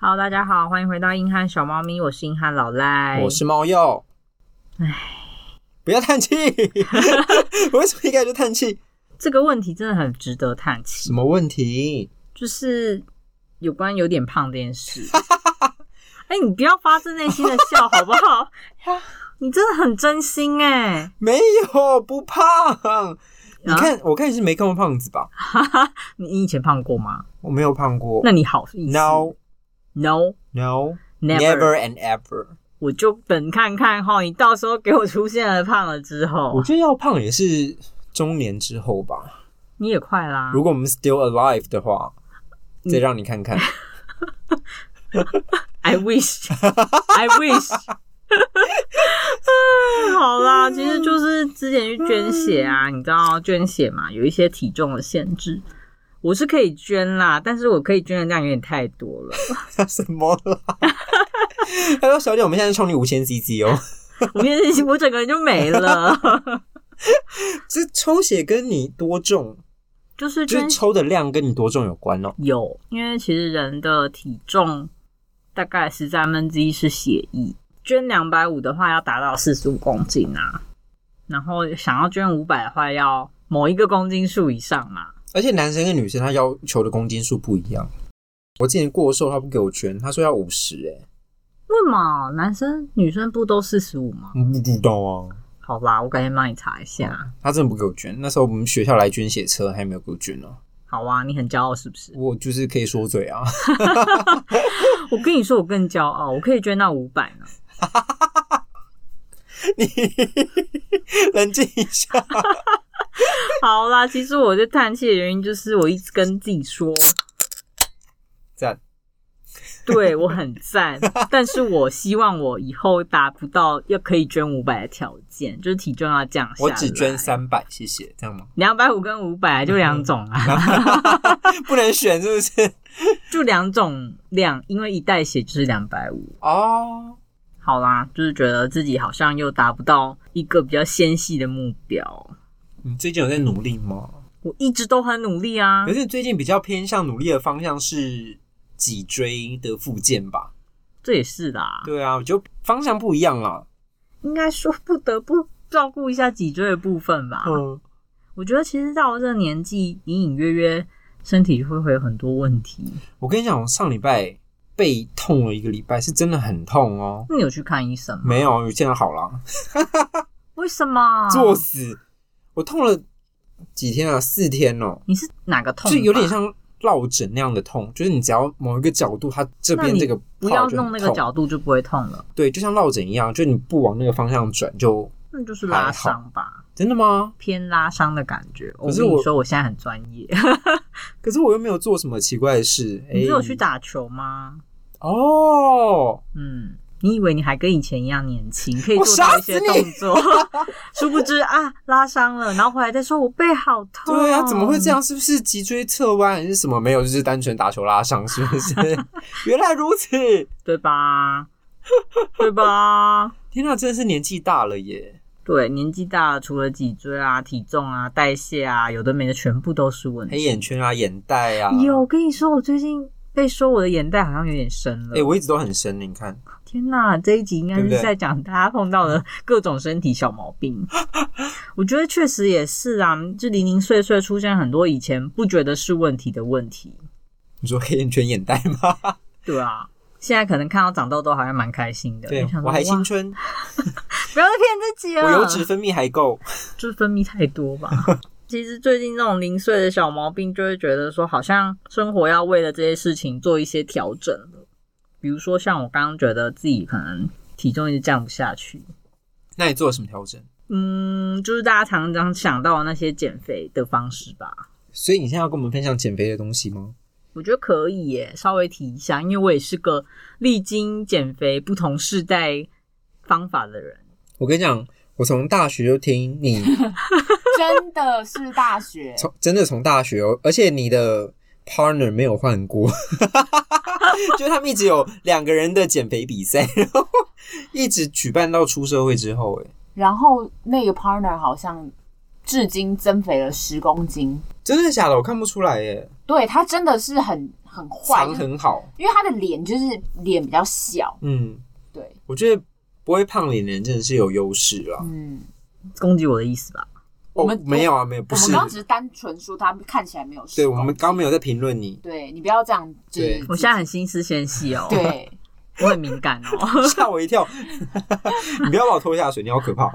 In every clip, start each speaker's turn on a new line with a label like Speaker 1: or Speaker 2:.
Speaker 1: Hello，大家好，欢迎回到硬汉小猫咪，我是硬汉老赖，
Speaker 2: 我是猫药。不要 叹气！我为什么一开始就叹气？
Speaker 1: 这个问题真的很值得叹气，
Speaker 2: 什么问题？
Speaker 1: 就是有关有点胖这件 事。哎、你不要发自内心的笑好不 好？你真的很真心哎、
Speaker 2: 没有不胖。你看，我看你是没看过胖子吧？
Speaker 1: 你你以前胖过吗？
Speaker 2: 我没有胖过。
Speaker 1: 那你好意思
Speaker 2: No,
Speaker 1: no
Speaker 2: no,
Speaker 1: never，,
Speaker 2: never and ever。
Speaker 1: 我就等看看哈，你到时候给我出现了胖了之后
Speaker 2: 我，觉得要胖也是中年之后吧。
Speaker 1: 你也快啦。
Speaker 2: 如果我们 still alive 的话，
Speaker 1: 嗯
Speaker 2: 再让你看看。
Speaker 1: I wish, I wish 哎。好啦，其实就是之前去捐血啊，
Speaker 2: 嗯
Speaker 1: 你知道捐血嘛，有一些体重的限制。我是可以捐啦，但是我可以捐的量有点太多了。
Speaker 2: 什么 啦？他说：“小姐，我们现在冲你五千 CC 哦。
Speaker 1: 我变成 我整个人就没了，
Speaker 2: 这抽血跟你多重，
Speaker 1: 就是
Speaker 2: 就
Speaker 1: 捐
Speaker 2: 是抽的量跟你多重有关哦。
Speaker 1: 有，因为其实人的体重大概十三分之一是血液，捐两百五的话要达到四十五公斤啊，然后想要捐五百的话要某一个公斤数以上嘛。
Speaker 2: 而且男生跟女生他要求的公斤数不一样。我之前过瘦，他不给我捐，他说要五十、欸，
Speaker 1: 为嘛男生女生不都四十五吗？
Speaker 2: 哎，不知道啊，
Speaker 1: 好吧，我改天帮你查一下。
Speaker 2: 他真的不给我捐。那时候我们学校来捐血车，还没有给我捐呢、
Speaker 1: 好啊，你很骄傲是不是？
Speaker 2: 我就是可以说嘴啊，
Speaker 1: 我跟你说，我更骄傲，我可以捐到五百呢。
Speaker 2: 你冷静一下。
Speaker 1: 好啦，其实我就叹气的原因就是我一直跟自己说，
Speaker 2: 赞，
Speaker 1: 对我很 赞，但是我希望我以后达不到要可以捐五百的条件，就是体重要降下
Speaker 2: 我只捐
Speaker 1: 来，
Speaker 2: 三百，谢谢，这样吗？
Speaker 1: 两百五跟五百就两种啊，
Speaker 2: 不能选是不是？
Speaker 1: 就两种量，因为一袋血就是两百五。
Speaker 2: 哦，
Speaker 1: 好啦，就是觉得自己好像又达不到一个比较纤细的目标。
Speaker 2: 你最近有在努力吗？
Speaker 1: 我一直都很努力啊
Speaker 2: 可，是你最近比较偏向努力的方向是脊椎的复健吧？
Speaker 1: 这也是啦，
Speaker 2: 对啊，我觉得方向不一样啦。
Speaker 1: 应该说不得不照顾一下脊椎的部分吧。
Speaker 2: 嗯，
Speaker 1: 我觉得其实到了这个年纪，隐隐约约身体会会有很多问题。
Speaker 2: 我跟你讲，我上礼拜背痛了一个礼拜，是真的很痛哦。
Speaker 1: 那你有去看医生吗？
Speaker 2: 没有，现在好了，
Speaker 1: 为什么？
Speaker 2: 作死！我痛了几天啊？四天哦，
Speaker 1: 你是哪个痛？
Speaker 2: 就有点，像落枕那样的痛，就是你只要某一个角度，它这
Speaker 1: 那
Speaker 2: 边
Speaker 1: 你
Speaker 2: 这个
Speaker 1: 不要
Speaker 2: part 就很
Speaker 1: 弄那个
Speaker 2: 痛
Speaker 1: 角度就不会痛了，
Speaker 2: 对，就像落枕一样，就你不往那个方向转就。
Speaker 1: 那就是拉伤吧，
Speaker 2: 真的吗？
Speaker 1: 偏拉伤的感觉。我哎
Speaker 2: 可是
Speaker 1: 跟你
Speaker 2: 我
Speaker 1: 说，我现在很专 业。
Speaker 2: 可是我又没有做什么奇怪的事。
Speaker 1: 你
Speaker 2: 哎
Speaker 1: 有去打球吗？
Speaker 2: 哦，
Speaker 1: 嗯，你以为你还跟以前一样年轻，可以
Speaker 2: 我
Speaker 1: 做到
Speaker 2: 杀
Speaker 1: 一些
Speaker 2: 死你
Speaker 1: 动作， 殊不知啊，拉伤了，然后回来再说我背好痛。
Speaker 2: 对啊，怎么会这？样？是不是脊椎侧弯还是什么？没有，就是单纯打球拉伤，是不是？原来如此。
Speaker 1: 对吧？ 对吧？
Speaker 2: 天呐，真的是年纪大了耶！
Speaker 1: 对，年纪大了，除了脊椎啊、体重啊、代谢啊，有的没的，全部都是问题。
Speaker 2: 黑眼圈啊，眼袋啊，
Speaker 1: 有，我跟你说，我最近被说我的眼袋好像有点深了。
Speaker 2: 哎、我一直都很深，你看，
Speaker 1: 天哪，这一集应该
Speaker 2: 对
Speaker 1: 是
Speaker 2: 嗯不对
Speaker 1: 在讲大家碰到的各种身体小毛病。 我觉得确实也是啊，就零零碎碎出现很多以前不觉得是问题的问题，
Speaker 2: 你说黑眼圈、眼袋吗？
Speaker 1: 对啊。现在可能看到长痘痘好像蛮开心的，
Speaker 2: 对
Speaker 1: 就想，说
Speaker 2: 我还
Speaker 1: 哇
Speaker 2: 青春，
Speaker 1: 不要再骗自己
Speaker 2: 我
Speaker 1: 了，
Speaker 2: 油脂分泌还够。
Speaker 1: 就是分泌太多吧。 其实最近这种零碎的小毛病，就会觉得说，好像生活要为了这些事情做一些调整了。比如说，像我刚刚觉得自己可能体重一直降不下去，
Speaker 2: 那你做了什么调整？
Speaker 1: 嗯，就是大家常常想到的那些减肥的方式吧。
Speaker 2: 所以你现在要跟我们分享减肥的东西吗？
Speaker 1: 我觉得可以耶，稍微提一下，因为我也是个历经减肥不同世代方法的人。
Speaker 2: 我跟你讲，我从大学就听 你，
Speaker 3: 真的是大学
Speaker 2: 从真的从大学哦，而且你的 partner 没有换 过，就他们一直有两个人的减肥比赛， 然后一直举办到出社会之后，哎，
Speaker 3: 然后那个 partner 好像至今增肥了十公斤，
Speaker 2: 真的假的？我看不出来耶。
Speaker 3: 对他真的是很很坏，
Speaker 2: 藏
Speaker 3: 就是
Speaker 2: 很好。
Speaker 3: 因为他的脸就是脸比较小，
Speaker 2: 嗯，
Speaker 3: 对，
Speaker 2: 我觉得不会胖脸的人真的是有优势啦。
Speaker 3: 嗯，
Speaker 1: 攻击我的意思吧？
Speaker 3: 我们
Speaker 2: 哦、没有啊，没有，不
Speaker 3: 我们
Speaker 2: 是
Speaker 3: 刚。刚只是单纯说他看起来没有
Speaker 2: 对，
Speaker 3: 失
Speaker 2: 我
Speaker 3: 控，，
Speaker 2: 们刚没有在评论你
Speaker 3: 对你不要这样，就是
Speaker 2: 对
Speaker 3: 自己
Speaker 1: 我现在很心思纤细哦，，
Speaker 3: 对，
Speaker 1: 我很敏感哦。
Speaker 2: 吓我一跳。 你不要把我拖下水，你好可怕。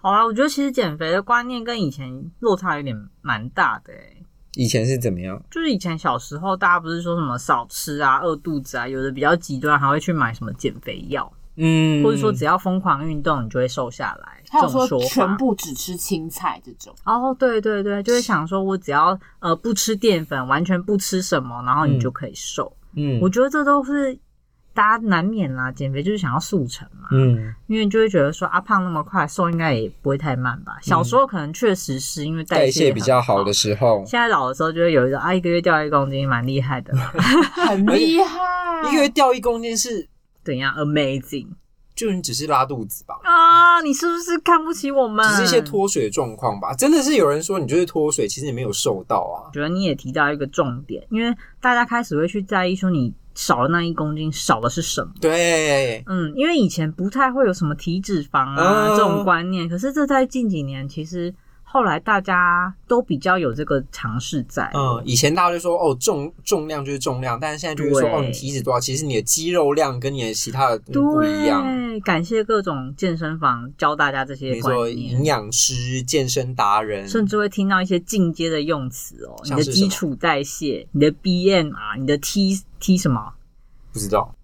Speaker 1: 好啊啦，我觉得其实减肥的观念跟以前落差有点蛮大的、欸，
Speaker 2: 以前是怎么样？
Speaker 1: 就是以前小时候大家不是说什么少吃啊、饿肚子啊，有的比较极端还会去买什么减肥药，
Speaker 2: 嗯，
Speaker 1: 或者说只要疯狂运动你就会瘦下来，
Speaker 3: 还有
Speaker 1: 这种
Speaker 3: 说
Speaker 1: 说法。
Speaker 3: 全部只吃青菜这种，
Speaker 1: 哦，对对对，就会想说我只要呃不吃淀粉，完全不吃什么，然后你
Speaker 2: 嗯
Speaker 1: 就可以瘦。
Speaker 2: 嗯
Speaker 1: 我觉得这都是大家难免啦，减肥就是想要速成嘛。
Speaker 2: 嗯
Speaker 1: 因为你就会觉得说啊，胖那么快，瘦应该也不会太慢吧。小时候可能确实是因为
Speaker 2: 嗯代
Speaker 1: 谢
Speaker 2: 谢
Speaker 1: 比
Speaker 2: 比较好的，时候，
Speaker 1: 现在老的时候就会有一种啊，一个月掉一公斤，蛮厉 害的啦，
Speaker 3: 很厉害，
Speaker 2: 一个月掉一公斤是
Speaker 1: 怎样？Amazing
Speaker 2: 就你只是拉肚子吧，
Speaker 1: 啊！你是不是看不起我
Speaker 3: 嗯
Speaker 1: 们？
Speaker 2: 只是一些。脱水的状况吧。真的是有人说你就是脱水，其实你没有瘦到啊。
Speaker 1: 觉得你也提到一个重点，因为大家开始会去在意说你少了那一公斤，少的是什么。
Speaker 2: 对，
Speaker 1: 嗯，因为以前不太会有什么体脂肪啊、
Speaker 2: 嗯
Speaker 1: 这种观念，可是这在近几年，其实后来大家都比较有这个尝试在。
Speaker 2: 嗯，以前大家就说哦重重量就是重量，但是现在就是说
Speaker 1: 对
Speaker 2: 哦你体脂多少，其实你的肌肉量跟你的其他的不一样。
Speaker 1: 对，感谢各种健身房教大家这些
Speaker 2: 没
Speaker 1: 观
Speaker 2: 错，营
Speaker 1: 念，
Speaker 2: 养师、健身达人，
Speaker 1: 甚至会听到一些进阶的用词哦，你
Speaker 2: 像
Speaker 1: 的
Speaker 2: 是什
Speaker 1: 基
Speaker 2: 么
Speaker 1: 础代谢、你的 BM 啊、你的 T T 什么？
Speaker 2: 不知道，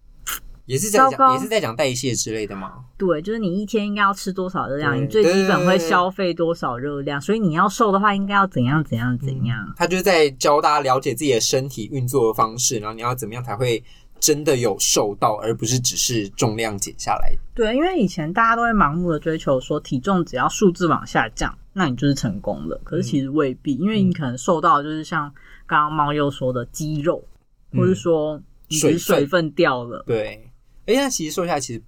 Speaker 2: 也是在
Speaker 1: 糟糕
Speaker 2: 讲也是在讲代谢之类的吗？
Speaker 1: 对，就是你一天应该要吃多少热量，
Speaker 2: 对
Speaker 1: 你最基本会
Speaker 2: 对
Speaker 1: 消费多少热量，所以你要瘦的话，应该要怎样怎样怎样。
Speaker 2: 他就是在教大家了解自己的身体运作的方式，然后你要怎么样才会真的有瘦到，而不是只是重量减下来。
Speaker 1: 对，因为以前大家都会盲目的追求说体重只要数字往下降，那你就是成功了。可是其实
Speaker 2: 嗯
Speaker 1: 未必，因为你可能受到就是像刚刚猫又说的肌肉，或是说你只是
Speaker 2: 嗯水分
Speaker 1: 水分掉了，
Speaker 2: 对，而且它其实瘦下来其实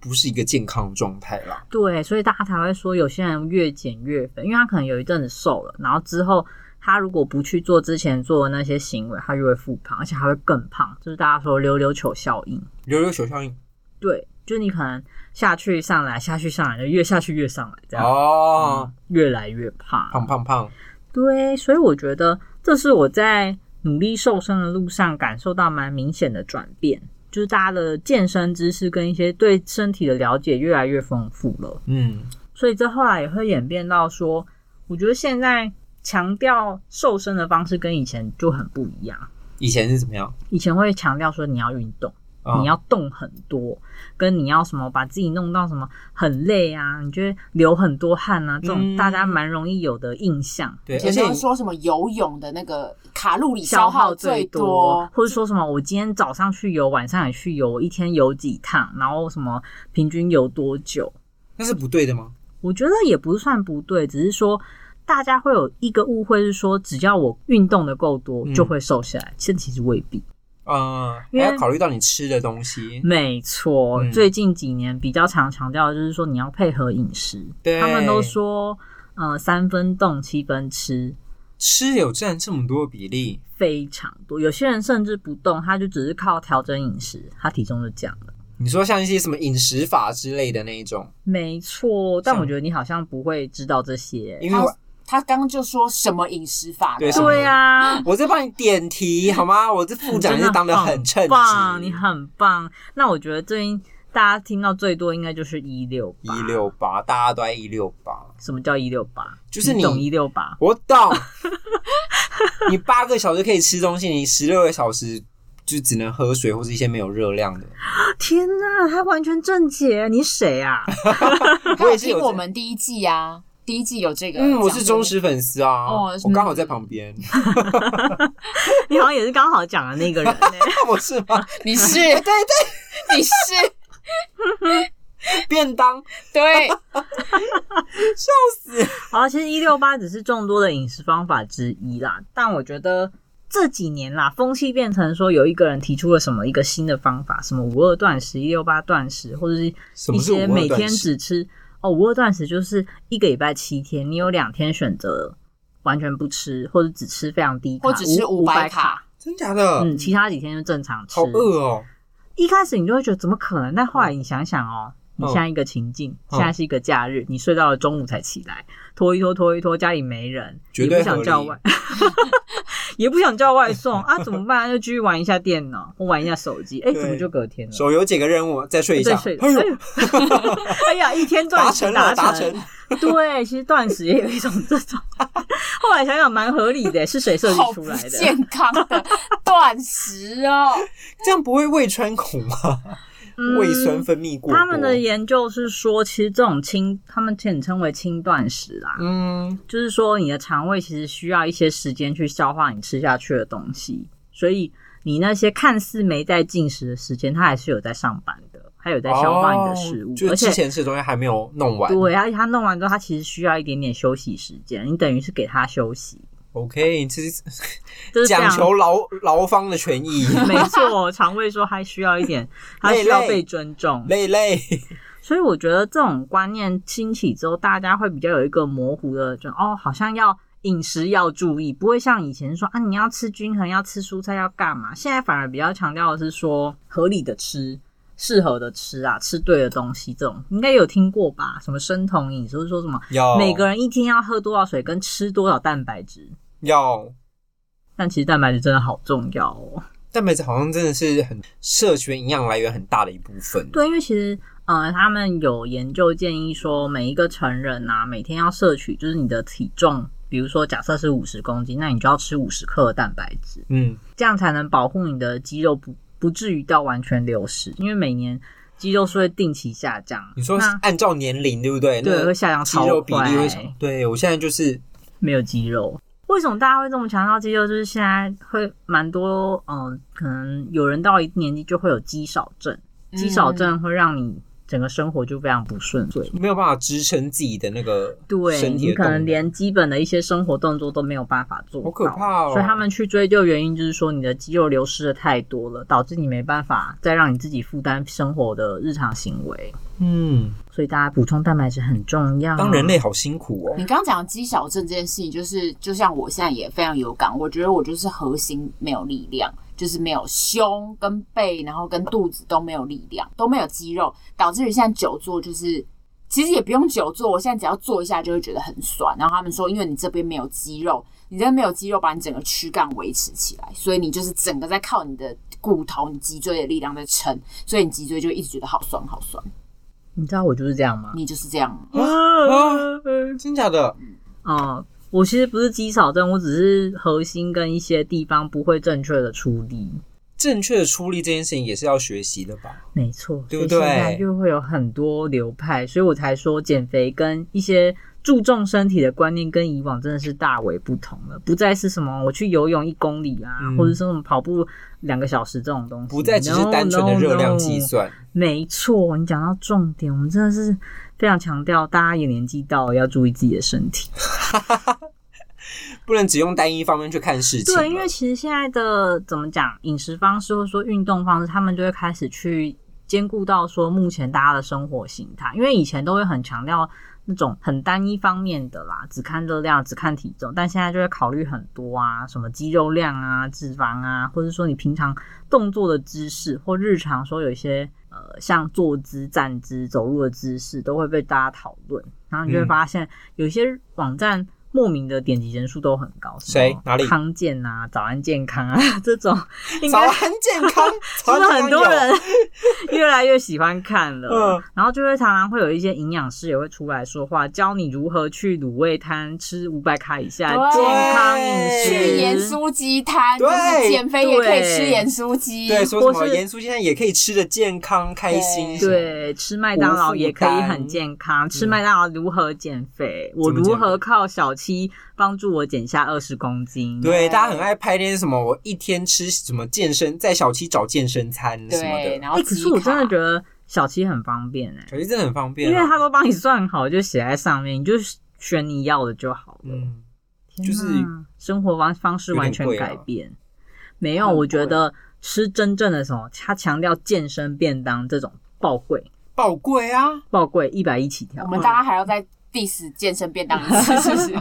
Speaker 2: 不是一个健康的状态啦。
Speaker 1: 对，所以大家才会说有些人越减越肥，因为他可能有一阵子瘦了，然后之后他如果不去做之前做的那些行为，他就会复胖，而且还会更胖，就是大家说溜溜球效应。
Speaker 2: 溜溜球效应
Speaker 1: 对，就是你可能下去上来，下去上来，就越下去越上来，这样、嗯
Speaker 2: 哦，
Speaker 1: 越来越胖。
Speaker 2: 胖胖胖，
Speaker 1: 对，所以我觉得这是我在努力瘦身的路上感受到蛮明显的转变，就是大家的健身知识跟一些对身体的了解越来越丰富了。
Speaker 2: 嗯，
Speaker 1: 所以这后来也会演变到说，我觉得现在强调瘦身的方式跟以前就很不一样。
Speaker 2: 以前是怎么样？
Speaker 1: 以前会强调说你要运动，
Speaker 2: 啊
Speaker 1: 你要动很多，跟你要什么把自己弄到什么很累啊，你就会流很多汗啊，这种
Speaker 2: 嗯
Speaker 1: 大家蛮容易有的印象。
Speaker 2: 对，而
Speaker 3: 以前
Speaker 2: 且
Speaker 3: 都说什么游泳的那个卡路里
Speaker 1: 消
Speaker 3: 耗
Speaker 1: 耗
Speaker 3: 最
Speaker 1: 最多，，或者说什么我今天早上去游，晚上也去游，我一天游几趟，然后什么平均游多久，
Speaker 2: 那是不对的吗？
Speaker 1: 我觉得也不算不对，只是说大家会有一个误会是说，只要我运动的够多
Speaker 2: 嗯
Speaker 1: 就会瘦下来，这、其实未必。
Speaker 2: 嗯，还
Speaker 1: 因为
Speaker 2: 要考虑到你吃的东西。
Speaker 1: 没错，
Speaker 2: 嗯
Speaker 1: 最近几年比较常强调的就是说你要配合饮食，
Speaker 2: 对，
Speaker 1: 他们都说呃三分动七分吃，
Speaker 2: 吃有占这么多比例，
Speaker 1: 非常多。有些人甚至不动，他就只是靠调整饮食，他体重就降了。
Speaker 2: 你说像一些什么饮食法之类的那 一种，
Speaker 1: 没错，但
Speaker 2: 像
Speaker 1: 我觉得你好像不会知道这些。
Speaker 2: 因为我
Speaker 3: 他他刚刚就说什么饮食法
Speaker 2: 对
Speaker 3: 呢
Speaker 2: 什么
Speaker 1: 对啊，
Speaker 2: 我在帮你点题好吗？我这副长是当的很称
Speaker 1: 真的
Speaker 2: 职，
Speaker 1: 棒，你很棒。那我觉得最近大家听到最多应该就是一六八。
Speaker 2: 一六八，大家都在一六八，
Speaker 1: 什么叫一六八？
Speaker 2: 就是
Speaker 1: 你
Speaker 2: 你
Speaker 1: 懂一六八。啊
Speaker 2: 我懂。 你八个小时可以吃东西，你十六个小时就只能喝水或是一些没有热量的。
Speaker 1: 天哪，他完全正解，你谁啊？
Speaker 3: 他
Speaker 2: 我
Speaker 3: 有
Speaker 2: 也是有
Speaker 3: 听我们第一季啊，第一季有这个讲
Speaker 2: 嗯，
Speaker 3: 这个，
Speaker 2: 我是忠实粉丝啊，
Speaker 3: 哦
Speaker 2: 我刚好在旁边，
Speaker 1: 你好像也是刚好讲的那个人、欸。
Speaker 2: 我是吗？
Speaker 3: 你是对对，你是
Speaker 2: 便当
Speaker 3: 对，
Speaker 1: 好了，其实一六八只是众多的饮食方法之一啦，但我觉得。这几年啦，风气变成说有一个人提出了什么一个新的方法，什么五二断食、一六八断食，或者是
Speaker 2: 什
Speaker 1: 一
Speaker 2: 么是
Speaker 1: 些
Speaker 2: 五
Speaker 1: 每
Speaker 2: 二
Speaker 1: 天
Speaker 2: 断
Speaker 1: 只
Speaker 2: 食？
Speaker 1: 吃哦，五二断食就是一个礼拜七天，你有两天选择完全不吃，或者只吃非常低卡，
Speaker 3: 或只吃
Speaker 1: 五
Speaker 3: 500
Speaker 1: 百
Speaker 3: 卡，
Speaker 2: 真假的？
Speaker 1: 嗯，其他几天就正常吃
Speaker 2: 好。饿哦。
Speaker 1: 一开始你就会觉得怎么可能，但后来你想想哦，你
Speaker 2: 嗯
Speaker 1: 现在一个情境，
Speaker 2: 嗯
Speaker 1: 现在是一个假日，你睡到了中午才起来，拖一拖拖一拖，家里没人，
Speaker 2: 绝
Speaker 1: 也
Speaker 2: 对
Speaker 1: 不想叫外， 也不想叫外送啊，怎么办？就继续玩一下电脑，或玩一下手机，哎，
Speaker 2: 对
Speaker 1: 怎么就隔天了？
Speaker 2: 手游解个任务，再睡一
Speaker 1: 再
Speaker 2: 下。
Speaker 1: 睡，
Speaker 2: 哎呦，
Speaker 1: 哎呀，一天断
Speaker 2: 达
Speaker 1: 食
Speaker 2: 成了，达
Speaker 1: 成
Speaker 2: 成。
Speaker 1: 对，其实断食也有一种这种，后来想想蛮合理的，是谁设计
Speaker 3: 好
Speaker 1: 出
Speaker 3: 不
Speaker 1: 来的？
Speaker 3: 健康的 断食哦，
Speaker 2: 这样不会胃穿孔吗？
Speaker 1: 嗯
Speaker 2: 胃酸分泌过多。
Speaker 1: 他们的研究是说，其实这种轻，他们简称为轻断食啦，
Speaker 2: 嗯，
Speaker 1: 就是说你的肠胃其实需要一些时间去消化你吃下去的东西，所以你那些看似没在进食的时间，它还是有在上班的，它有在消化你的食物，
Speaker 2: 哦就是
Speaker 1: 而
Speaker 2: 之
Speaker 1: 且
Speaker 2: 前吃的东西还没有弄完。
Speaker 1: 对，而且它弄完之后，它其实需要一点点休息时间，你等于是给它休息，
Speaker 2: ，OK，其实
Speaker 1: 就是这样
Speaker 2: 讲求劳劳方的 权益。
Speaker 1: 没错，肠胃说还需要一点，它需要被尊重。
Speaker 2: 累累，
Speaker 1: 所以我觉得这种观念兴起之后，大家会比较有一个模糊的，就哦，好像要饮食要注意，不会像以前说啊，你要吃均衡，要吃蔬菜，要干嘛？现在反而比较强调的是说合理的吃。适合的吃啊，吃对的东西，这种应该有听过吧？什么生酮饮食，或者说什么
Speaker 2: 要
Speaker 1: 每个人一天要喝多少水，跟吃多少蛋白质。
Speaker 2: 要
Speaker 1: 但其实蛋白质真的好重要哦。
Speaker 2: 蛋白质好像真的是很社群营养来源很大的一部分。
Speaker 1: 对，因为其实呃，他们有研究建议说，每一个成人啊，每天要摄取就是你的体重，比如说假设是五十公斤，那你就要吃五十克的蛋白质，
Speaker 2: 嗯，
Speaker 1: 这样才能保护你的肌肉不不至于到完全流失，因为每年肌肉是会定期下降。
Speaker 2: 你说是
Speaker 1: 那
Speaker 2: 按照年龄对不对？那
Speaker 1: 对会下降
Speaker 2: 肌
Speaker 1: 超
Speaker 2: 肉比例会
Speaker 1: 快
Speaker 2: 少。对我现在就是
Speaker 1: 没有肌肉。为什么大家会这么强调肌肉？就是现在会蛮多，嗯、可能有人到一定年纪就会有肌少症，
Speaker 2: 嗯
Speaker 1: 肌少症会让你整个生活就非常不顺遂。
Speaker 2: 没有办法支撑自己的那个
Speaker 1: 对
Speaker 2: 身体
Speaker 1: 你
Speaker 2: 的
Speaker 1: 可能
Speaker 2: 动
Speaker 1: 连基本的一些生活动作都没有办法做到，
Speaker 2: 好可怕哦
Speaker 1: 所以他们去追究原因，就是说你的肌肉流失的太多了，导致你没办法再让你自己负担生活的日常行为。
Speaker 2: 嗯，
Speaker 1: 所以大家补充蛋白质很重要。
Speaker 2: 当人类好辛苦哦
Speaker 3: 你。刚刚讲肌少症这件事情，就是就像我现在也非常有感，我觉得我就是核心没有力量，就是没有胸跟背，然后跟肚子都没有力量，都没有肌肉，导致于现在久坐就是。其实也不用久坐，我现在只要坐一下就会觉得很酸。然后他们说，因为你这边没有肌肉，你这边没有肌肉把你整个躯干维持起来，所以你就是整个在靠你的骨头、你脊椎的力量在撑，所以你脊椎就一直觉得好酸好酸。
Speaker 1: 你知道我就是这样吗？
Speaker 3: 你就是这样，
Speaker 2: 啊真假的？
Speaker 1: 哦、我其实不是肌少症，我只是核心跟一些地方不会正确的处理。
Speaker 2: 正确的处理这件事情也是要学习的吧？
Speaker 1: 没错，
Speaker 2: 对不
Speaker 1: 所以现
Speaker 2: 对
Speaker 1: 在就会有很多流派，所以我才说减肥跟一些注重身体的观念跟以往真的是大为不同了，不再是什么我去游泳一公里啊，
Speaker 2: 嗯
Speaker 1: 或者说什么跑步两个小时这种东西，
Speaker 2: 不再只是单纯的
Speaker 1: No,
Speaker 2: 热量
Speaker 1: no,
Speaker 2: 计算。
Speaker 1: 没错，你讲到重点，我们真的是非常强调，大家也年纪到了要注意自己的身体。
Speaker 2: 不能只用单一方面去看事情了。
Speaker 1: 对，因为其实现在的怎么讲，饮食方式或者说运动方式，他们就会开始去兼顾到说目前大家的生活形态，因为以前都会很强调那种很单一方面的啦，只看热量、只看体重，但现在就会考虑很多啊，什么肌肉量啊、脂肪啊，或者说你平常动作的姿势或日常说有一些呃像坐姿、站姿、走路的姿势都会被大家讨论，然后你就会
Speaker 2: 嗯
Speaker 1: 发现有些网站。莫名的点击人数都很高，什么
Speaker 2: 谁哪里
Speaker 1: 康健啊，早安健康啊， 这 种应
Speaker 2: 早
Speaker 1: 该
Speaker 2: 安健康，早
Speaker 1: 就
Speaker 2: 安
Speaker 1: 是
Speaker 2: 健康
Speaker 1: 很多人 越来越喜欢看了。
Speaker 2: 嗯
Speaker 1: 然后就会常常会有一些营养师也会出来说话，教你如何去卤味摊吃五百卡以下
Speaker 3: 对
Speaker 1: 健康饮食，
Speaker 3: 去盐酥鸡摊，就
Speaker 2: 嗯对
Speaker 3: 是减肥也可以吃
Speaker 1: 对
Speaker 3: 盐酥鸡。
Speaker 2: 对说什
Speaker 1: 或
Speaker 2: 么
Speaker 1: 是
Speaker 2: 盐酥鸡蛋也可以吃的健康开心，
Speaker 1: 对，吃麦当劳也可以很健康。吃麦当劳如何减肥？我
Speaker 2: 怎么减肥
Speaker 1: 如何靠小七帮助我减下二十公斤？
Speaker 2: 对，大家很爱拍那些什么我一天吃什么健身，在小七找健身餐什么的，
Speaker 3: 对，然
Speaker 1: 哎、
Speaker 3: 后
Speaker 1: 可
Speaker 3: 鸡
Speaker 1: 是我真的
Speaker 3: 卡
Speaker 1: 觉得小七很方便哎、
Speaker 2: 小七真的很方便
Speaker 1: 因为
Speaker 2: 啊，
Speaker 1: 他都帮你算好，就写在上面，你就选你要的就好了。
Speaker 2: 嗯，
Speaker 1: 天
Speaker 2: 就是
Speaker 1: 哪生活方方式
Speaker 2: 有点
Speaker 1: 完全
Speaker 2: 贵啊
Speaker 1: 改变。没有，
Speaker 3: 很贵
Speaker 1: 我觉得吃真正的什么，他强调健身便当这种爆贵，
Speaker 2: 爆贵啊，
Speaker 1: 爆贵一百一起跳
Speaker 2: 哦
Speaker 3: 我。们大家还要再 diss 健身便当一次，是不 是？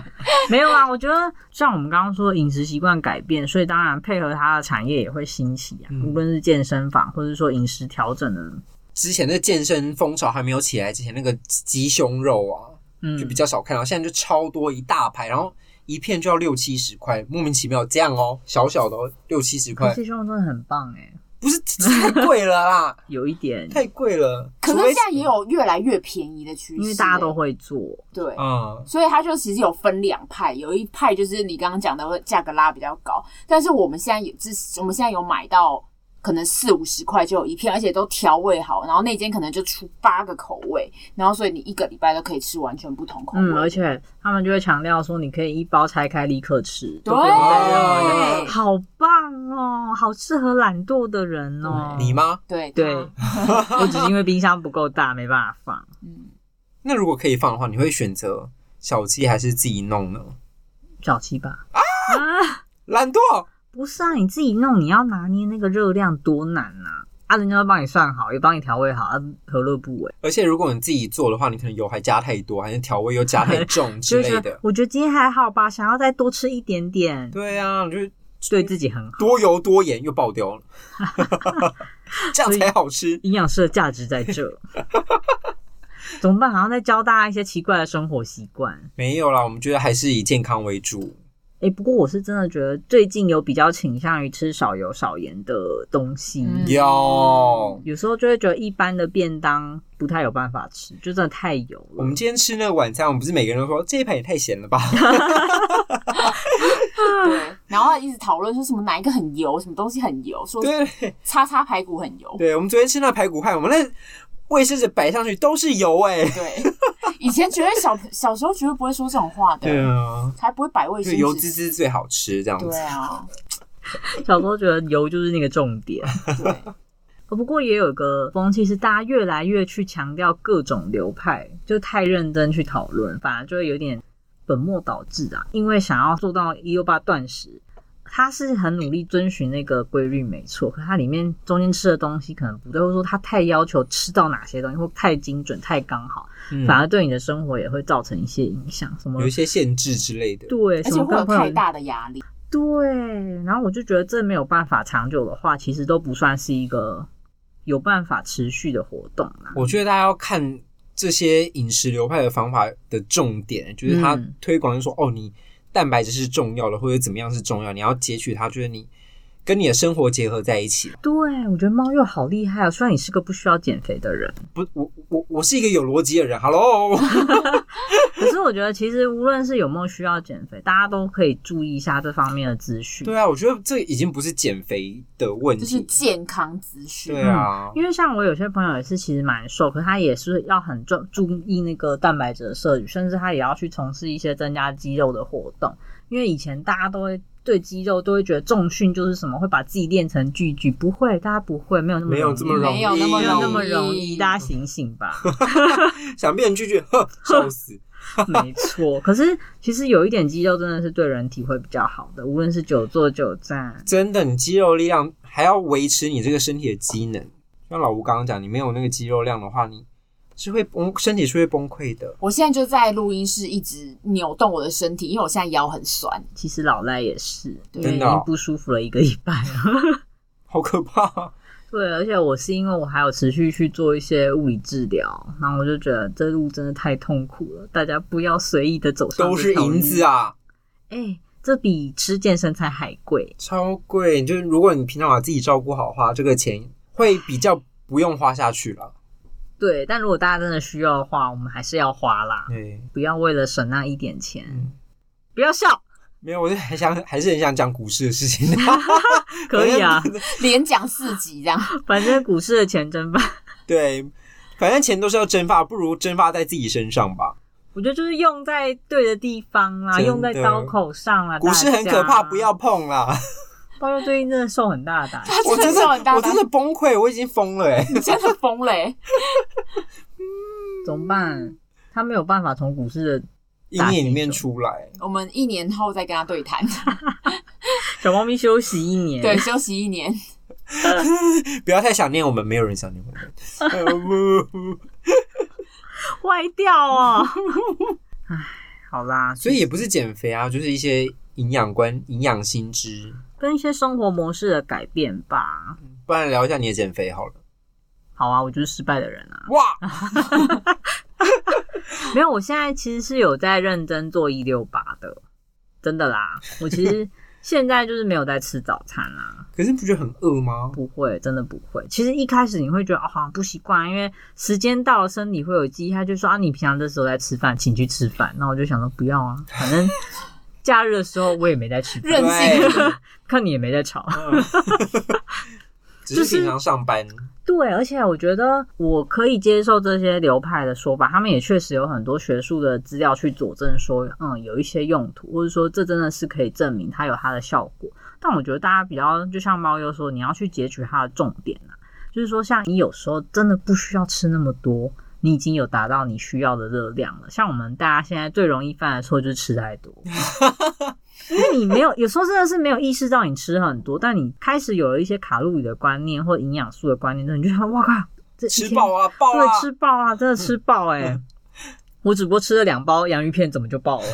Speaker 1: 没有啊，我觉得像我们刚刚说饮食习惯改变，所以当然配合它的产业也会兴起啊，
Speaker 2: 嗯
Speaker 1: 无论是健身房或者说饮食调整的，
Speaker 2: 之前的健身风潮还没有起来之前，那个鸡胸肉啊，
Speaker 1: 嗯，
Speaker 2: 就比较少看到，现在就超多一大排，然后一片就要六七十块，莫名其妙这样哦，小小的哦，六七十块，
Speaker 1: 鸡胸真的很棒哎、
Speaker 2: 不是太贵了 啦，
Speaker 1: 有一点，
Speaker 2: 太贵了。
Speaker 3: 可是
Speaker 2: 除非
Speaker 3: 现在也有越来越便宜的趋势、欸
Speaker 1: 因为大家都会做，
Speaker 3: 对，
Speaker 2: 嗯，
Speaker 3: 所以它就其实有分两派，有一派就是你刚刚讲的会价格拉比较高，但是我们现在也至我们现在有买到可能四五十块就有一片，而且都调味好，然后那间可能就出八个口味，然后所以你一个礼拜都可以吃完全不同口味。
Speaker 1: 嗯，而且他们就会强调说，你可以一包拆开立刻吃，
Speaker 3: 对
Speaker 1: 就不用再任何的
Speaker 2: 哦
Speaker 1: 好棒哦，好适合懒惰的人哦。
Speaker 2: 你吗？
Speaker 3: 对
Speaker 1: 对
Speaker 3: 它，
Speaker 1: 我只是因为冰箱不够大，没办法放。
Speaker 3: 嗯，
Speaker 2: 那如果可以放的话，你会选择小鸡还是自己弄呢？
Speaker 1: 小七吧。啊，
Speaker 2: 懒惰，
Speaker 1: 不是啊，你自己弄，你要拿捏那个热量多难啊！啊，人家会帮你算好，也帮你调味好，啊，何乐不为？
Speaker 2: 而且如果你自己做的话，你可能油还加太多，还是调味又加太重之
Speaker 1: 就
Speaker 2: 类
Speaker 1: 是
Speaker 2: 的。
Speaker 1: 我觉得今天还好吧，想要再多吃一点点，
Speaker 2: 对啊，你就
Speaker 1: 对自己很好，
Speaker 2: 多油多盐又爆掉了，这样才好吃。
Speaker 1: 营养师的价值在这。怎么办？好像在教大家一些奇怪的生活习惯。
Speaker 2: 没有啦，我们觉得还是以健康为主。
Speaker 1: 哎、不过我是真的觉得最近有比较倾向于吃少油少盐的东西，
Speaker 3: 嗯
Speaker 2: 有
Speaker 1: 有时候就会觉得一般的便当不太有办法吃，就真的太油了。
Speaker 2: 我们今天吃那个晚餐，我们不是每个人都说这一盘也太咸了吧？
Speaker 3: 对，然后一直讨论说什么哪一个很油，什么东西很油，说
Speaker 2: 对
Speaker 3: 叉叉排骨很油。
Speaker 2: 对，我们昨天吃那排骨派，我们那卫生纸摆上去都是油哎、
Speaker 3: 对，以前绝对小小时候绝对不会说这种话的，
Speaker 2: 啊，
Speaker 3: 才不会摆卫
Speaker 2: 就
Speaker 3: 生
Speaker 2: 油
Speaker 3: 纸
Speaker 2: 滋。滋最好吃这样子
Speaker 3: 对。啊，
Speaker 1: 小时候觉得油就是那个重点。哦
Speaker 3: 对。
Speaker 1: 不过也有个风气是，大家越来越去强调各种流派，就太认真去讨论，反而就会有点本末倒置啊。因为想要做到一六八断食，它是很努力遵循那个规律，没错。可它里面中间吃的东西可能不对，或者说它太要求吃到哪些东西，或太精准、太刚好，
Speaker 2: 嗯
Speaker 1: 反而对你的生活也会造成一些影响。什么
Speaker 2: 有一些限制之类的。
Speaker 1: 对，
Speaker 3: 而
Speaker 1: 什
Speaker 3: 且
Speaker 1: 么
Speaker 3: 会有
Speaker 1: 跟朋友
Speaker 3: 太大的压力。
Speaker 1: 对，然后我就觉得这没有办法长久的话，其实都不算是一个有办法持续的活动啦。
Speaker 2: 我觉得大家要看这些饮食流派的方法的重点，就是它
Speaker 1: 嗯
Speaker 2: 推广是说、哦，你蛋白质是重要的，或者怎么样是重要，你要截取它，就是你跟你的生活结合在一起。
Speaker 1: 对，我觉得猫又好厉害哦。虽然你是个不需要减肥的人，
Speaker 2: 不，我我我是一个有逻辑的人，Hello，
Speaker 1: 可是我觉得其实无论是有没有需要减肥，大家都可以注意一下这方面的资讯。
Speaker 2: 对啊，我觉得这已经不是减肥的问
Speaker 3: 就是
Speaker 2: 题，
Speaker 3: 健康资讯。
Speaker 2: 对啊，
Speaker 1: 因为像我有些朋友也是，其实蛮瘦，可他也是要很重注意那个蛋白质的摄取，甚至他也要去从事一些增加肌肉的活动。因为以前大家都会对肌肉都会觉得重训就是什么会把自己练成巨巨，不会，大家不会，没有那么
Speaker 2: 没有
Speaker 1: 容易
Speaker 2: 这么容易，
Speaker 3: 没有那么
Speaker 1: 没有
Speaker 3: 容
Speaker 1: 那么
Speaker 3: 易
Speaker 1: 容易，大家醒醒 吧。
Speaker 2: 想变巨巨，呵，笑死。
Speaker 1: 没错，可是其实有一点肌肉真的是对人体会比较好的，无论是久坐久站，
Speaker 2: 真的，你肌肉力量还要维持你这个身体的机能。像老吴刚刚讲，你没有那个肌肉量的话，你是会崩，身体是会崩溃的。
Speaker 3: 我现在就在录音室一直扭动我的身体，因为我现在腰很酸。
Speaker 1: 其实老赖也是，因为
Speaker 2: 真
Speaker 1: 已
Speaker 2: 的哦
Speaker 1: 经不舒服了一个礼拜了。
Speaker 2: 好可怕！啊
Speaker 1: 对，而且我是因为我还有持续去做一些物理治疗，然后我就觉得这路真的太痛苦了，大家不要随意的走上
Speaker 2: 都是银子
Speaker 1: 啊！
Speaker 2: 啊，
Speaker 1: 哎、这比吃健身餐还贵。
Speaker 2: 超贵。就是如果你平常把自己照顾好的话，这个钱会比较不用花下去了。
Speaker 1: 对，但如果大家真的需要的话，我们还是要花啦，
Speaker 2: 对，
Speaker 1: 不要为了省那一点钱，
Speaker 2: 嗯
Speaker 1: 不要笑，
Speaker 2: 没有，我就很想，还是很想讲股市的事情。
Speaker 1: 可以
Speaker 2: 哎
Speaker 1: 啊，
Speaker 3: 连讲四集这样，
Speaker 1: 反正股市的钱真棒。
Speaker 2: 对，反正钱都是要蒸发，不如蒸发在自己身上吧。
Speaker 1: 我觉得就是用在对的地方啦，
Speaker 2: 真的
Speaker 1: 用在刀口上啦。
Speaker 2: 股市很
Speaker 1: 大
Speaker 2: 可
Speaker 1: 家
Speaker 2: 怕，不。要碰啦！
Speaker 1: 包佑最近真的受很大的打击，
Speaker 3: 他
Speaker 2: 我
Speaker 3: 真
Speaker 2: 真的
Speaker 3: 的是很，大
Speaker 2: 我真的崩溃，我已经疯了哎、
Speaker 3: 你真的疯了、欸。
Speaker 1: 怎么办？他没有办法从股市的
Speaker 2: 阴影里面出来。
Speaker 3: 我们一年后再跟他对谈，
Speaker 1: 小猫咪休息一年。
Speaker 3: 对，，休息一年。
Speaker 2: 不要太想念我们，没有人想念我们。
Speaker 1: 坏掉哦。好啦，
Speaker 2: 所以也不是减肥啊，就是一些营养观、营养新知。
Speaker 1: 跟一些生活模式的改变吧。
Speaker 2: 不然聊一下你的减肥好了。
Speaker 1: 好啊，我就是失败的人啊。
Speaker 2: 哇，
Speaker 1: 没有，我现在其实是有在认真做一六八的，真的啦。我其实现在就是没有在吃早餐啦，
Speaker 2: 可是你不觉得很饿吗？
Speaker 1: 不会，真的不会。其实一开始你会觉得哦，好像不习惯，因为时间到了，身体会有记忆，他就说啊，你平常这时候在吃饭，请去吃饭。那我就想说不要啊，反正假日的时候我也没在吃饭，
Speaker 3: 任性
Speaker 2: 对，
Speaker 1: 看你也没在吵。
Speaker 2: 嗯只是平常上班，
Speaker 1: 对，而且我觉得我可以接受这些流派的说法，他们也确实有很多学术的资料去佐证说，嗯，有一些用途，或者说这真的是可以证明它有它的效果。但我觉得大家比较，就像猫又说，你要去截取它的重点啊，就是说，像你有时候真的不需要吃那么多，你已经有达到你需要的热量了。像我们大家现在最容易犯的错就是吃太 多。因为你没有，有时候真的是没有意识到你吃很多，但你开始有了一些卡路里的观念或营养素的观念之后，你就想，哇靠，这一
Speaker 2: 吃
Speaker 1: 天
Speaker 2: 饱啊，饱
Speaker 1: 对，
Speaker 2: 啊，
Speaker 1: 吃爆啊，真的吃爆哎、我只不过吃了两包洋芋片，怎么就 爆了？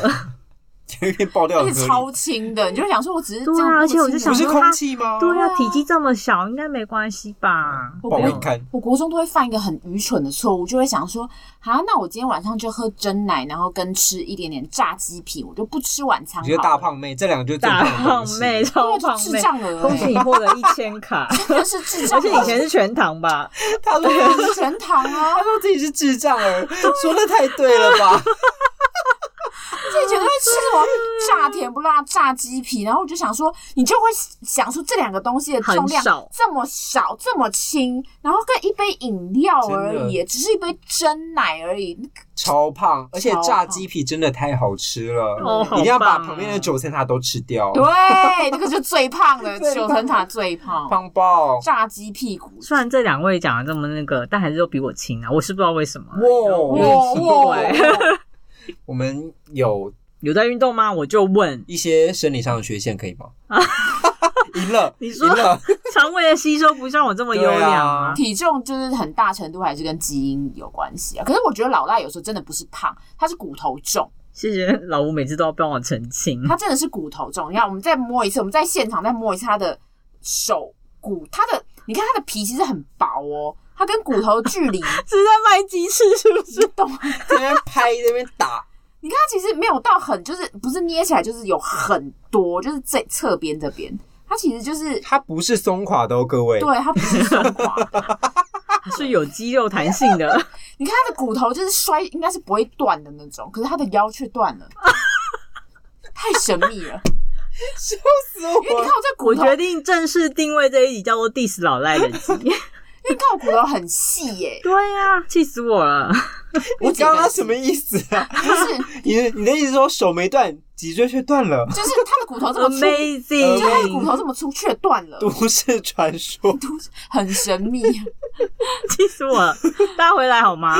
Speaker 2: 有一天爆掉
Speaker 3: 而
Speaker 2: 很
Speaker 3: 且
Speaker 2: 合理，
Speaker 3: 超轻的，你就会想说，我只是
Speaker 1: 对啊
Speaker 3: 这样
Speaker 1: 而且我就
Speaker 3: 那
Speaker 2: 不
Speaker 1: 想
Speaker 2: 是
Speaker 3: 么轻
Speaker 1: 说
Speaker 2: 空气吗？
Speaker 1: 对啊，
Speaker 3: 对啊
Speaker 1: 体积这么小，应该没关系吧？
Speaker 3: 我
Speaker 2: 爆
Speaker 1: 没
Speaker 2: 一
Speaker 1: 有啊
Speaker 2: 看，
Speaker 3: 我国中都会犯一个很愚蠢的错误，就会想说，啊，那我今天晚上就喝真奶，然后跟吃一点点炸鸡皮，我就不吃晚餐
Speaker 2: 你
Speaker 3: 好
Speaker 2: 觉
Speaker 3: 了。
Speaker 2: 得大胖妹这两个就是最
Speaker 1: 大
Speaker 2: 胖的
Speaker 1: 胖
Speaker 2: 东西
Speaker 1: 妹，超
Speaker 3: 对，啊
Speaker 1: 胖
Speaker 3: 就智
Speaker 1: 妹，
Speaker 3: 障 儿、
Speaker 1: 恭喜
Speaker 3: 欸，
Speaker 1: 你获得一千卡，
Speaker 3: 真的是智障
Speaker 1: 而
Speaker 3: 儿，
Speaker 1: 且以前是全糖吧？
Speaker 2: 他说
Speaker 3: 是全糖啊
Speaker 2: 他，说自己是智障儿，
Speaker 1: 啊
Speaker 2: 说的太对了吧？
Speaker 3: 自己觉得会吃什么炸甜不辣炸鸡皮，然后我就想说，你就会想出这两个东西的重
Speaker 1: 很
Speaker 3: 量
Speaker 1: 少
Speaker 3: 这么少，这么轻，然后跟一杯饮料而
Speaker 2: 真的
Speaker 3: 已，只是一杯真奶而已，
Speaker 2: 超胖，而且
Speaker 3: 超胖
Speaker 2: 炸鸡皮真的太好吃了，
Speaker 1: 哦好
Speaker 2: 一定要把
Speaker 1: 棒哦啊
Speaker 2: 旁边的九层塔都吃掉，
Speaker 3: 对，那个是最胖的
Speaker 2: 最胖
Speaker 3: 九层塔最胖，
Speaker 2: 胖爆！
Speaker 3: 炸鸡屁股，
Speaker 1: 虽然这两位讲的这么那个，但还是都比我轻啊，我是不知道为什么。
Speaker 2: 哇
Speaker 1: 有点奇
Speaker 3: 哇
Speaker 1: 怪。
Speaker 2: 我们有
Speaker 1: 有在运动吗？我就问，
Speaker 2: 一些生理上的缺陷，可以 吗？赢了，
Speaker 1: 你
Speaker 2: 赢
Speaker 1: 说
Speaker 2: 了，
Speaker 1: 肠胃的吸收不像我这么优良啊。
Speaker 3: 体重就是很大程度还是跟基因有关系啊。可是我觉得老赖有时候真的不是胖，他是骨头重，
Speaker 1: 谢谢老吴，每次都要帮我澄
Speaker 2: 嗯
Speaker 1: 清。
Speaker 3: 他真的是骨头重。你看，我们再摸一次，我们在现场再摸一次他的手骨，他的你看他的皮其实很薄哦，他跟骨头的距离，
Speaker 1: 是在卖鸡翅是不是？
Speaker 3: 懂？
Speaker 2: 这边拍这边打，
Speaker 3: 你看他其实没有到很，就是不是捏起来就是有很多，就是这侧边这边，他其实就是
Speaker 2: 它不是松垮的哦，各位，
Speaker 3: 对，他不是松垮。
Speaker 1: 是有肌肉弹性的，
Speaker 3: 你看他的骨头就是摔，应该是不会断的那种，可是他的腰却断了，太神秘了。
Speaker 2: 死我
Speaker 3: 因为你看我这 骨
Speaker 1: 我
Speaker 3: 头，
Speaker 1: 决定正式定位这一集叫做 “diss 老赖的集”。
Speaker 3: 因为你看我骨头很细耶、
Speaker 1: 对啊呀、气死我了！
Speaker 2: 我
Speaker 3: 我觉得
Speaker 2: 刚刚什么意思啊？
Speaker 3: 不是，
Speaker 2: 你的你的意思说手没断，脊椎却断了，
Speaker 3: 就是他的骨头 这么粗，就他的骨
Speaker 1: Amazing，
Speaker 3: 头这么粗却断了，
Speaker 2: 都市传 说。
Speaker 3: 很神秘。
Speaker 1: 气死我了！大家回来好吗？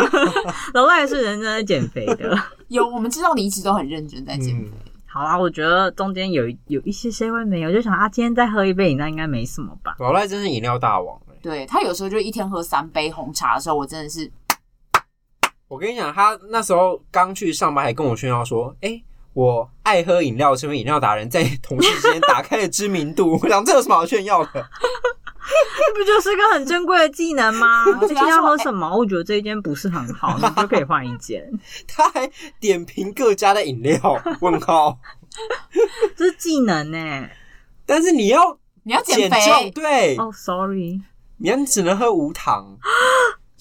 Speaker 1: 老赖是认真在减肥的。
Speaker 3: 有，我们知道你一直都很认真在减肥，
Speaker 2: 嗯，
Speaker 1: 好啊，我觉得中间有一有一些些会没有，就想啊，今天再喝一杯饮料应该没什么吧。
Speaker 2: 老赖真是饮料大王欸
Speaker 3: 对他有时候就一天喝三杯红茶的时候，我真的是
Speaker 2: 我跟你讲，他那时候刚去上班，还跟我炫耀说：“哎、我爱喝饮料，成为饮料达人，在同事之间打开了知名度。”我想这有什么好炫耀的？
Speaker 1: 这不就是个很珍贵的技能吗？
Speaker 3: 我
Speaker 1: 今
Speaker 3: 觉得
Speaker 1: 天
Speaker 3: 他
Speaker 1: 要
Speaker 3: 说
Speaker 1: 喝什么？我觉得这一间不是很好，你就可以换一间。
Speaker 2: 他还点评各家的饮料，问号。
Speaker 1: 这是技能呢、
Speaker 2: 但是你要
Speaker 3: 你要
Speaker 2: 减
Speaker 3: 减肥，
Speaker 2: 重，对，
Speaker 1: 哦、s o r r y
Speaker 2: 你要只能喝无糖。
Speaker 1: 啊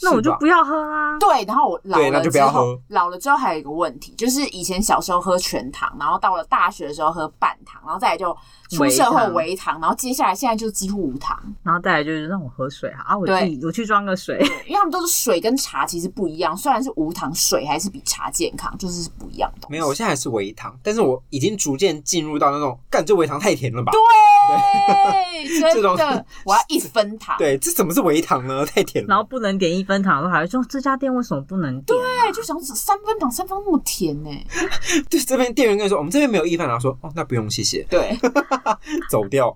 Speaker 1: 那我就不
Speaker 2: 要
Speaker 1: 要喝啦、
Speaker 3: 对，然后我老
Speaker 2: 对那
Speaker 3: 了
Speaker 2: 就不
Speaker 3: 之
Speaker 2: 要
Speaker 3: 后
Speaker 2: 喝，
Speaker 3: 老了之后还有一个问题，就是以前小时候喝全糖，然后到了大学的时候喝半糖，然后再来就出社
Speaker 1: 微
Speaker 3: 会
Speaker 1: 糖
Speaker 3: 微糖，然后接下来现在就几乎无糖，
Speaker 1: 然后再来就是让我喝水啊，啊我自己我去装个水。
Speaker 3: 对，因为他们都是水跟茶其实不一样，虽然是无糖，水还是比茶健康，就是不一样的东西。
Speaker 2: 没有，我现在还是微糖，但是我已经逐渐进入到那种干这微糖太甜了吧？
Speaker 1: 啊
Speaker 3: 对，
Speaker 2: 这
Speaker 3: 真
Speaker 2: 种
Speaker 3: 的，我要一分糖。
Speaker 2: 对，这什么是微糖呢？ 太甜
Speaker 1: 然后
Speaker 2: 了。
Speaker 1: 不能点一分糖的时候，还会说这家店为什么不能点？啊
Speaker 3: 对，就想说三分糖，三分那么甜呢、
Speaker 2: 对，这边店员跟你说我们这边没有意粉，然后说哦，那不用，谢 谢，
Speaker 3: 对，
Speaker 2: 走掉。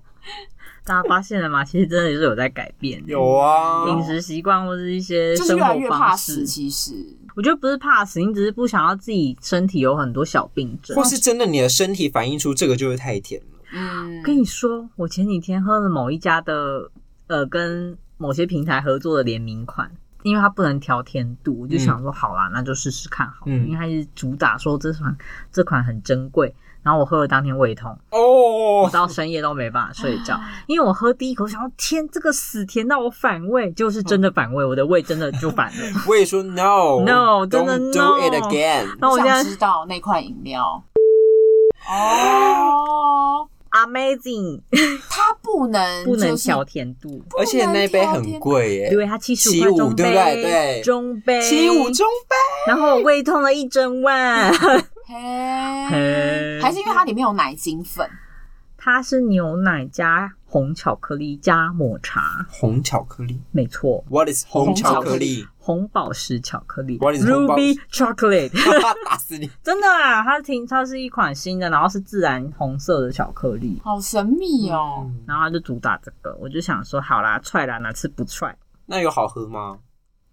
Speaker 1: 大家发现了吗？其实真的是有在改变，
Speaker 2: 有啊，
Speaker 1: 饮食习惯或是一些
Speaker 3: 哦就是
Speaker 1: 生
Speaker 3: 越来
Speaker 1: 活
Speaker 3: 越怕
Speaker 1: 方
Speaker 3: 死。
Speaker 1: 式。
Speaker 3: 其实
Speaker 1: 我觉得不是怕死，你只是不想要自己身体有很多小病症
Speaker 2: 或。是真的你的身体反映出这个就是太甜了。
Speaker 3: 嗯，
Speaker 1: 跟你说，我前几天喝了某一家的呃跟某些平台合作的联名款，因为它不能调甜度，
Speaker 3: 嗯
Speaker 1: 我就想说好啦，那就试试看好了，
Speaker 2: 嗯
Speaker 1: 因为它是主打说这款这款很珍贵。然后我喝了当天胃痛，我
Speaker 2: 哦，
Speaker 1: 到深夜都没办法睡
Speaker 3: 哦
Speaker 1: 觉，因为我喝第一口想说天，这个死甜到我反胃，就是真的反胃，我的胃真的就反 了。
Speaker 2: 我也说 no
Speaker 1: No，真的
Speaker 2: don't
Speaker 1: no
Speaker 2: do it again。
Speaker 1: 那
Speaker 3: 我
Speaker 1: 我现
Speaker 3: 想
Speaker 1: 在
Speaker 3: 知道那款饮 料。哦，
Speaker 1: amazing
Speaker 3: 它不能
Speaker 1: 不能
Speaker 3: 就是
Speaker 1: 调甜度，
Speaker 3: 不
Speaker 2: 而
Speaker 3: 能
Speaker 2: 且那一杯
Speaker 3: 调
Speaker 2: 很
Speaker 3: 甜
Speaker 2: 贵耶，
Speaker 1: 对它七十
Speaker 2: 75
Speaker 1: 五块中
Speaker 2: 对
Speaker 1: 杯，
Speaker 2: 不对对
Speaker 1: 中杯
Speaker 2: 七五中杯。
Speaker 1: 然后我胃痛了一整晚。
Speaker 3: 嘿，
Speaker 1: 嘿
Speaker 3: 还是因为它里面有奶精粉，
Speaker 1: 它是牛奶加红巧克力加抹茶，
Speaker 2: 红巧克力
Speaker 1: 没错，
Speaker 2: ，What is 红
Speaker 1: 红
Speaker 2: 巧
Speaker 1: 巧
Speaker 2: 克
Speaker 1: 克
Speaker 2: 力
Speaker 3: 力？
Speaker 1: 红宝石巧克力
Speaker 2: What is 红宝石
Speaker 1: ，Ruby Chocolate，
Speaker 2: 打死你！
Speaker 1: 真的啦，它挺它是一款新的，然后是自然红色的巧克力，
Speaker 3: 好神秘哦。
Speaker 2: 嗯
Speaker 1: 然后它就主打这个，我就想说，好啦，踹啦，哪次不踹？
Speaker 2: 那有好喝吗？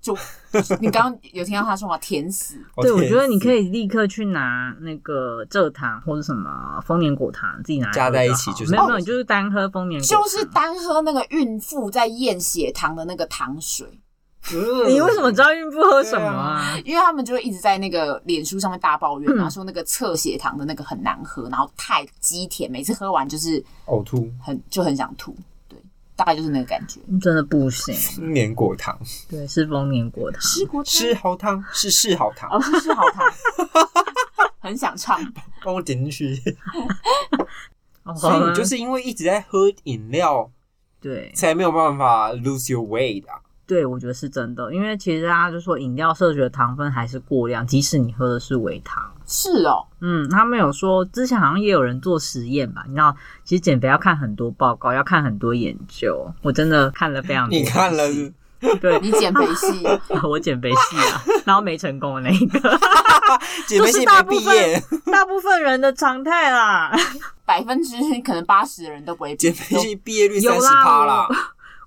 Speaker 3: 就 你刚刚有听到他说嘛，甜死，
Speaker 1: 对，
Speaker 2: 哦
Speaker 1: 我觉得你可
Speaker 2: 以
Speaker 1: 以立刻去拿那个蔗糖或者什么丰年果糖，自己拿来
Speaker 2: 加
Speaker 1: 喝
Speaker 2: 在
Speaker 1: 就
Speaker 2: 一起
Speaker 1: 好
Speaker 2: 就是
Speaker 1: 没有没
Speaker 2: 哦
Speaker 1: 有，你就是单喝丰年果糖，
Speaker 3: 就是单喝那个孕妇在验血糖的那个糖水，
Speaker 2: 嗯
Speaker 1: 你为什么知道孕妇喝什么
Speaker 2: 对
Speaker 1: 啊？
Speaker 3: 因为他们就一直在那个脸书上面大抱怨嘛，
Speaker 1: 嗯
Speaker 3: 说那个测血糖的那个很难喝，然后太积甜，每次喝完就是
Speaker 2: 呕吐？
Speaker 3: 很就很想吐，对，大概就是那个感觉。
Speaker 1: 真的不行，
Speaker 2: 年果糖、
Speaker 1: 对，是丰年果糖。
Speaker 3: 吃过汤
Speaker 2: 是好糖是是好糖，
Speaker 3: 哦，是是好 糖，很想唱。
Speaker 2: 帮我点进去。
Speaker 1: 哦好啊
Speaker 2: 所以你就
Speaker 1: 嗯
Speaker 2: 是因为一直在喝饮料，
Speaker 1: 对
Speaker 2: 才没有办法 lose your weight 啊。
Speaker 1: 对，我觉得是真的，因为其实大家就说饮料摄取的糖分还是过量，即使你喝的是微糖。
Speaker 3: 是哦，
Speaker 1: 嗯，他们有说之前好像也有人做实验吧？你知道，其实减肥要看很多报告，要看很多研究。我真的看了非常多，
Speaker 2: 你看了，
Speaker 1: 对
Speaker 3: 你减肥系
Speaker 1: 我减肥系啊，然后没成功的那一个，
Speaker 2: 姐妹系没毕业，
Speaker 1: 大部分人的常态啦。
Speaker 3: 百分之可能八十的人都不会
Speaker 2: 姐
Speaker 3: 减
Speaker 2: 妹系毕业率
Speaker 1: 有
Speaker 2: 三
Speaker 1: 啦
Speaker 2: 十趴啦。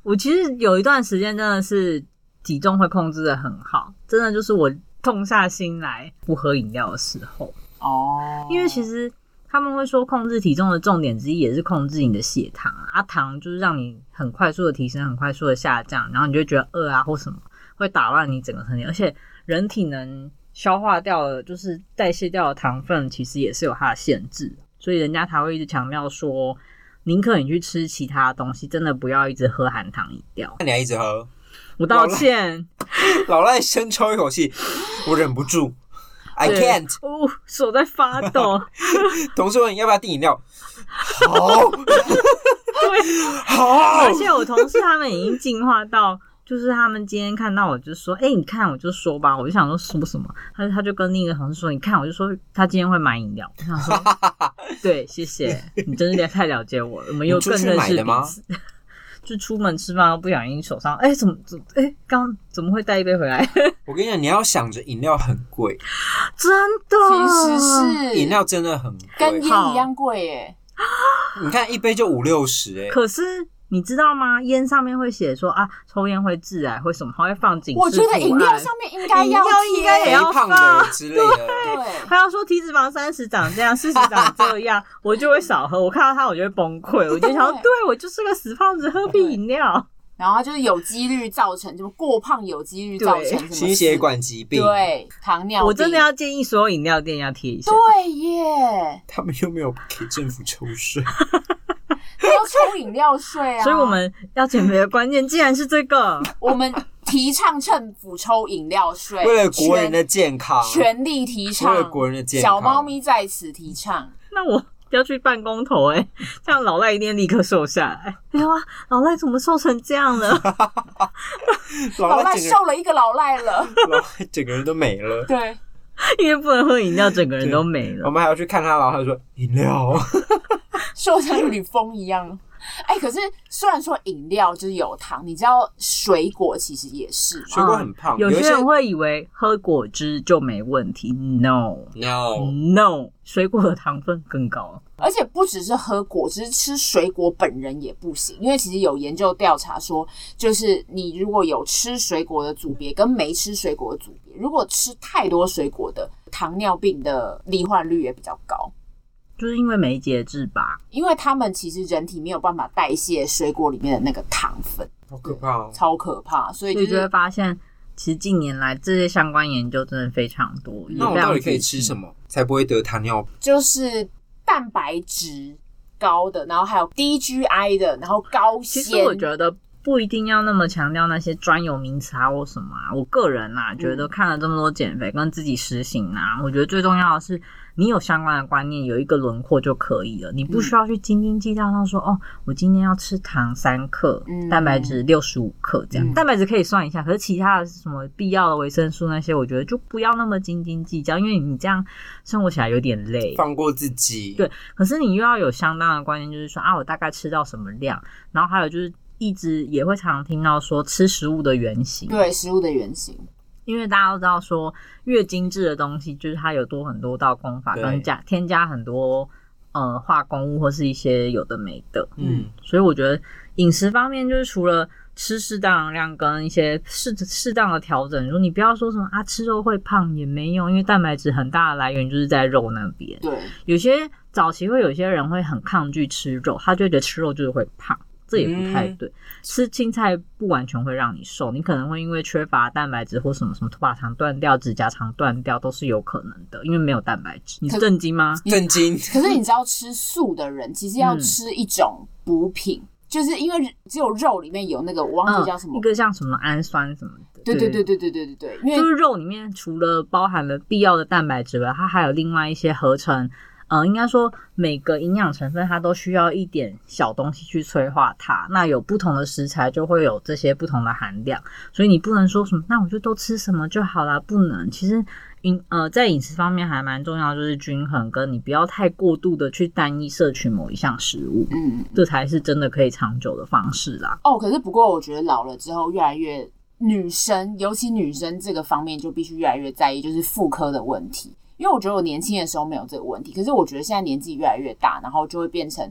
Speaker 1: 我其实有一段时间真的是体重会控制的很好，真的就是我痛下心来不喝饮料的时候。
Speaker 3: 哦，
Speaker 1: 因为其实他们会说，控制体重的重点之一也是控制你的血糖啊，啊糖就是让你很快速的提升，很快速的下降，然后你就会觉得饿啊或什么，会打乱你整个身体，而且人体能消化掉的，就是代谢掉的糖分，其实也是有它的限制，所以人家才会一直强调说，宁可你去吃其他东西，真的不要一直喝含糖饮料。
Speaker 2: 那你还一直喝，
Speaker 1: 我道歉，
Speaker 2: 老赖深抽一口气，我忍不住，I
Speaker 1: 对
Speaker 2: can't。
Speaker 1: 哦，手在发抖，
Speaker 2: 同事问你要不要订饮料，好，
Speaker 1: 对。
Speaker 2: 好
Speaker 1: 而，且我同事他们已经进化到，就是他们今天看到我就说，哎、你看，我就说吧，我就想说说什么，他他就跟另一个同事说，你看，我就说他今天会买饮料，我想 说，对，谢谢，你真是太了解我了，我们又
Speaker 2: 你出
Speaker 1: 更
Speaker 2: 去
Speaker 1: 认
Speaker 2: 买
Speaker 1: 识
Speaker 2: 的
Speaker 1: 彼
Speaker 2: 吗
Speaker 1: 此。就出门吃饭，不小心手上，哎、怎么怎么，哎、刚怎么会带一杯回来？
Speaker 2: 我跟你讲，你要想着饮料很贵，
Speaker 1: 真的，啊
Speaker 3: 其实是
Speaker 2: 饮料真的很
Speaker 3: 跟
Speaker 2: 贵
Speaker 3: 烟，一样贵耶，
Speaker 2: 你看一杯就五六十哎，
Speaker 1: 可是。你知道吗？烟上面会写说啊，抽烟会致癌，会什么？它会放警示
Speaker 3: 我觉得
Speaker 1: 图
Speaker 3: 饮料
Speaker 1: 案
Speaker 3: 上面应该
Speaker 1: 饮料
Speaker 3: 要
Speaker 1: 应该
Speaker 3: 贴
Speaker 1: 也
Speaker 2: 肥
Speaker 1: 要
Speaker 2: 胖的
Speaker 1: 放
Speaker 2: 之类的，
Speaker 3: 对。
Speaker 1: 他要说体脂肪三十长这样，四十长这 样，我就会少喝。我看到他，我就会崩溃。我就想说，
Speaker 3: 对
Speaker 1: 对我就是个死胖子，喝瓶饮料。
Speaker 3: 然后就是有几率造成，就过胖有几率造成
Speaker 1: 对
Speaker 3: 什么
Speaker 2: 心血管疾病，，
Speaker 3: 对糖尿病，
Speaker 1: 我真的要建议所有饮料店要贴一下。
Speaker 3: 对耶，
Speaker 2: 他们又没有给政府抽税，
Speaker 3: 要抽饮料税 啊！
Speaker 1: 所以我们要减肥的关键竟然是这个，
Speaker 3: 我们提倡政府抽饮料税，
Speaker 2: 为了国人的健康，
Speaker 3: 全全力提倡，
Speaker 2: 为了国人的健康
Speaker 3: 小猫咪在此提倡，
Speaker 1: 那我要去办公头 哎、这样老赖一定立刻瘦下来。没有啊，老赖怎么瘦成这样了？
Speaker 2: 老
Speaker 3: 老赖
Speaker 2: 赖整个
Speaker 3: 瘦了一个老赖 了，
Speaker 2: 老赖整个人都没了。
Speaker 3: 对，
Speaker 1: 因为不能喝饮料，整个人都没
Speaker 2: 我
Speaker 1: 了。
Speaker 2: 们还要去看他，然后他说饮料，
Speaker 3: 瘦成像女风一样， 哎、可是虽然说饮料就是有糖，你知道水果其实也是嘛
Speaker 2: 水果很胖，
Speaker 1: 哦有
Speaker 2: 一
Speaker 1: 些
Speaker 2: 些
Speaker 1: 人会以为喝果汁就没问题，no
Speaker 2: no，
Speaker 1: no，水果的糖分更高。
Speaker 3: 而且不只是喝果汁，吃水果本人也不行，因为其实有研究调查说，就是你如果有吃水果的组别跟没吃水果的组别，如果吃太多水果的，糖尿病的罹患率也比较高。
Speaker 1: 就是因为没节制吧，
Speaker 3: 因为他们其实人体没有办法代谢水果里面的那个糖分，
Speaker 2: 好可怕
Speaker 1: 嗯
Speaker 2: 哦！
Speaker 3: 超可怕，所以
Speaker 1: 所
Speaker 3: 就
Speaker 1: 以就会
Speaker 3: 是
Speaker 1: 发现，其实近年来这些相关研究真的非常多。
Speaker 2: 那我
Speaker 1: 也非常
Speaker 2: 到底可以吃
Speaker 1: 仔细
Speaker 2: 什么才不会得糖尿病？
Speaker 3: 就是蛋白质高的，然后还有低 GI 的，然后高
Speaker 1: 其
Speaker 3: 纤。
Speaker 1: 实我觉得不一定要那么强调那些专有名词啊或什么啊。我个人啦、觉
Speaker 3: 嗯
Speaker 1: 得看了这么多减肥跟自己实行啊，我觉得最重要的是你有相关的观念，有一个轮廓就可以了。你不
Speaker 3: 嗯
Speaker 1: 需要去斤斤计较到说、哦，我今天要吃糖三克，
Speaker 3: 嗯
Speaker 1: 蛋白质六十五克这样。
Speaker 3: 嗯
Speaker 1: 蛋白质可以算一下，可是其他的什么必要的维生素那些，我觉得就不要那么斤斤计较，因为你这样生活起来有点累。
Speaker 2: 放过自己，
Speaker 1: 对可是你又要有相当的观念，就是说啊，我大概吃到什么量，然后还有就是一直也会常常听到说吃食物的原型，，
Speaker 3: 对食物的原型，
Speaker 1: 因为大家都知道说越精致的东西，就是它有多很多道工法
Speaker 2: 对
Speaker 1: 跟加添加很多呃化工物或是一些有的没的，
Speaker 2: 嗯，
Speaker 1: 所以我觉得饮食方面就是除了。吃适当的量跟一些适适当的调整，说你不要说什么啊，吃肉会胖也没用，因为蛋白质很大的来源就是在肉那边。
Speaker 3: 对，
Speaker 1: 有些早期会有些人会很抗拒吃肉，他就觉得吃肉就是会胖，这也不
Speaker 3: 嗯
Speaker 1: 太对。吃青菜不完全会让你瘦，你可能会因为缺乏蛋白质或什么什么头发糖断掉、指甲长断掉都是有可能的，因为没有蛋白质。你是震惊吗？
Speaker 2: 震惊，
Speaker 3: 可是你知道，吃素的人其实
Speaker 1: 嗯
Speaker 3: 要吃一种补品，就是因为只有肉里面有那个，我忘记叫什
Speaker 1: 嗯
Speaker 3: 么。
Speaker 1: 一个像什么氨酸什么的，
Speaker 3: 对对对对对对对对，因
Speaker 1: 就
Speaker 3: 为
Speaker 1: 是肉里面除了包含了必要的蛋白质外，它还有另外一些合成，呃，应该说每个营养成分它都需要一点小东西去催化它。那有不同的食材就会有这些不同的含量，所以你不能说什么，那我就都吃什么就好啦，不能。其实饮呃在饮食方面还蛮重要，就是均衡，跟你不要太过度的去单一摄取某一项食物，
Speaker 3: 嗯
Speaker 1: 这才是真的可以长久的方式啦。
Speaker 3: 哦，可是不过我觉得老了之后越来越女生，尤其女生这个方面就必须越来越在意，就是妇科的问题。因为我觉得我年轻的时候没有这个问题，可是我觉得现在年纪越来越大，然后就会变成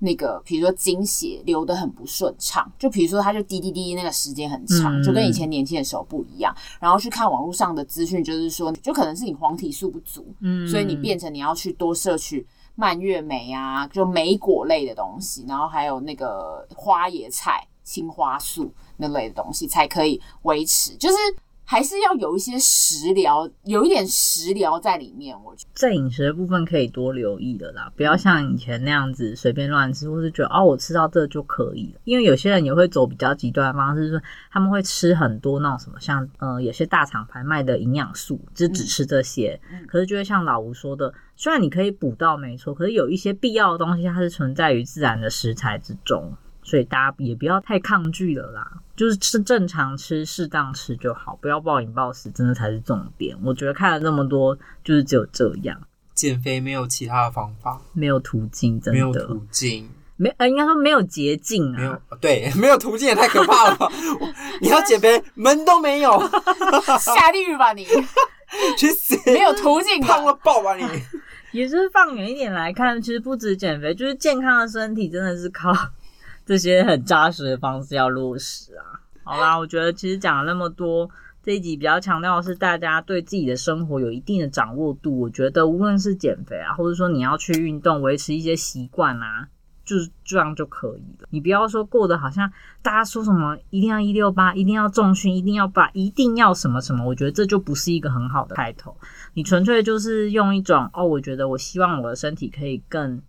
Speaker 3: 那个，比如说经血流得很不顺畅，就比如说它就滴滴滴那个时间很长，
Speaker 1: 嗯
Speaker 3: 就跟以前年轻的时候不一样。然后去看网络上的资讯，就是说，就可能是你黄体素不足，
Speaker 1: 嗯，
Speaker 3: 所以你变成你要去多摄取蔓越莓啊，就莓果类的东西，然后还有那个花椰菜、青花素那类的东西，才可以维持，就是还是要有一些食疗，有一点食疗在里面，我觉得。
Speaker 1: 在饮食的部分可以多留意的啦，不要像以前那样子随便乱吃，或是觉得哦我吃到这就可以了。因为有些人也会走比较极端的方式，就是他们会吃很多那种什么像呃有些大厂牌卖的营养素，就只吃这些。
Speaker 3: 嗯
Speaker 1: 可是就会像老吴说的，虽然你可以补到没错，可是有一些必要的东西它是存在于自然的食材之中，所以大家也不要太抗拒了啦。就是吃正常吃，适当吃就好，不要暴饮暴食，真的才是重点。我觉得看了这么多，就是只有这样。
Speaker 2: 减肥没有其他的方法，
Speaker 1: 没有途径，真
Speaker 2: 没有
Speaker 1: 的
Speaker 2: 途径，
Speaker 1: 没呃，应该说没有捷径
Speaker 2: 没有哦
Speaker 1: 啊。
Speaker 2: 对， 没有途径也太可怕了吧！我你要减肥门都没有，
Speaker 3: 下地狱吧你，
Speaker 2: 去死！
Speaker 3: 没有途径
Speaker 2: 胖
Speaker 3: 吧
Speaker 2: 了？爆啊吧你！
Speaker 1: 也就是放远一点来看，其实不止减肥，就是健康的身体真的是靠 这些很扎实的方式要落实啊。好啦，我觉得其实讲了那么多，这一集比较强调的是大家对自己的生活有一定的掌握度。我觉得无论是减肥啊，或者说你要去运动，维持一些习惯啊，就是这样就可以了。你不要说过得好像大家说什么一定要一六八，一定要重训，一定要把，一定要什么什么，我觉得这就不是一个很好的开头。你纯粹就是用一种哦，我觉得我希望我的身体可以更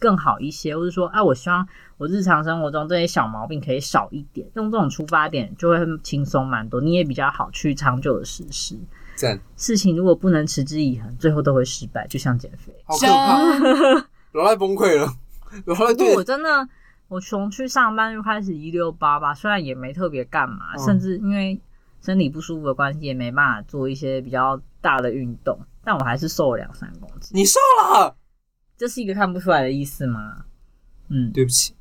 Speaker 1: 更好一些，或者说啊，我希望我日常生活中这些小毛病可以少一点，用这种出发点就会轻松蛮多，你也比较好去长久的实施。
Speaker 2: 赞，
Speaker 1: 事情如果不能持之以恒，最后都会失败，就像减肥。
Speaker 2: 好可怕，
Speaker 3: 真
Speaker 2: 老赖崩溃了， 老赖
Speaker 1: 不过我
Speaker 2: 哦对
Speaker 1: 真的，我从去上班就开始一六八吧，虽然也没特别干嘛，
Speaker 2: 嗯
Speaker 1: 甚至因为身体不舒服的关系，也没办法做一些比较大的运动，但我还是瘦了两三公斤。
Speaker 2: 你瘦了，
Speaker 1: 这是一个看不出来的意思吗？嗯，
Speaker 2: 对不起，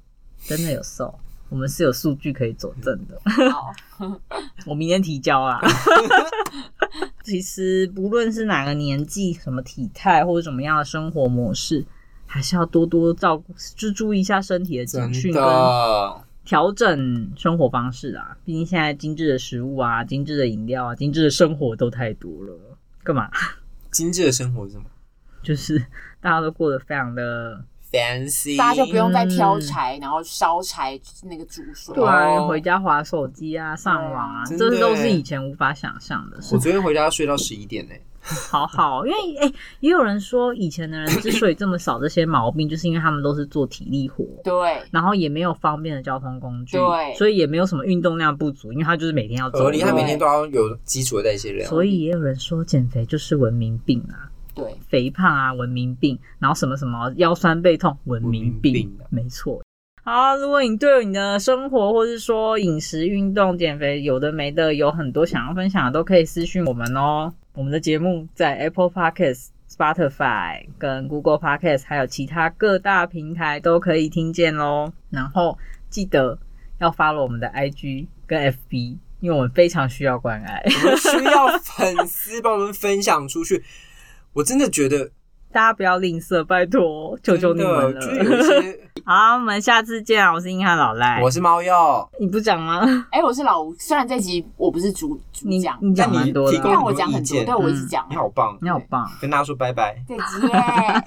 Speaker 1: 真的有瘦，我们是有数据可以佐证的。
Speaker 3: 好，
Speaker 1: 我明天提交啊。 其实不论是哪个年纪、什么体态或者什么样的生活模式，还是要多多照顾，就注意一下身体的
Speaker 2: 真
Speaker 1: 警讯跟
Speaker 2: 的。
Speaker 1: 调整生活方式啊。毕竟现在精致的食物啊、精致的饮料啊、精致的生活都太多了，干嘛？
Speaker 2: 精致的生活是什么
Speaker 1: 就是大家都过得非常的
Speaker 2: ？Fancy，
Speaker 3: 大家就不用再挑柴，然后烧柴那个煮水。
Speaker 1: 对啊，
Speaker 2: 哦哎
Speaker 1: 回家划手机啊、上网啊，
Speaker 2: 真
Speaker 1: 这
Speaker 2: 的
Speaker 1: 些都
Speaker 2: 耶
Speaker 1: 是以前无法想象的事
Speaker 2: 我。昨天回家睡到十一点呢、
Speaker 1: 好好，因为哎、也有人说以前的人之所以这么少这些毛病，就是因为他们都是做体力活，
Speaker 3: 对，
Speaker 1: 然后也没有方便的交通工具，
Speaker 3: 对
Speaker 1: 所以也没有什么运动量不足，因为他就是每天要走
Speaker 2: 合
Speaker 1: 路
Speaker 2: 理，
Speaker 3: 对
Speaker 2: 他每天都要有基础的代谢量。
Speaker 1: 所以也有人说减肥就是文明病啊，
Speaker 3: 对，
Speaker 1: 肥胖啊文明病，然后什么什么腰酸背痛文明病，
Speaker 2: 文明病啊
Speaker 1: 没错。好，如果你对你的生活或是说饮食、运动、减肥有的没的，有很多想要分享的，都可以私讯我们哦。我们的节目在 Apple Podcast、Spotify、跟 Google Podcast，还有其他各大平台都可以听见喽。然后记得要 follow 我们的 IG 跟 FB，因为我们非常需要关爱。
Speaker 2: 我们需要粉丝帮我们分享出去。我真的觉得，
Speaker 1: 大家不要吝啬，拜托，求求你们
Speaker 2: 真的就是有
Speaker 1: 了。
Speaker 2: 一些，
Speaker 1: 好，我们下次见啊！我是硬汉老赖，
Speaker 2: 我是猫药，
Speaker 1: 你不讲吗？
Speaker 3: 哎、我是老吴，虽然这集我不是主主
Speaker 1: 你
Speaker 3: 讲，
Speaker 1: 你讲
Speaker 2: 那你
Speaker 1: 蛮多
Speaker 2: 提供
Speaker 1: 的
Speaker 3: 但，我讲很
Speaker 2: 意
Speaker 3: 多，
Speaker 2: 见
Speaker 3: 对我一直
Speaker 1: 嗯
Speaker 3: 讲
Speaker 2: 你，好棒，
Speaker 1: 你好棒，
Speaker 2: 跟大家说拜拜。
Speaker 3: 这集耶。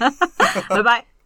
Speaker 1: 拜拜。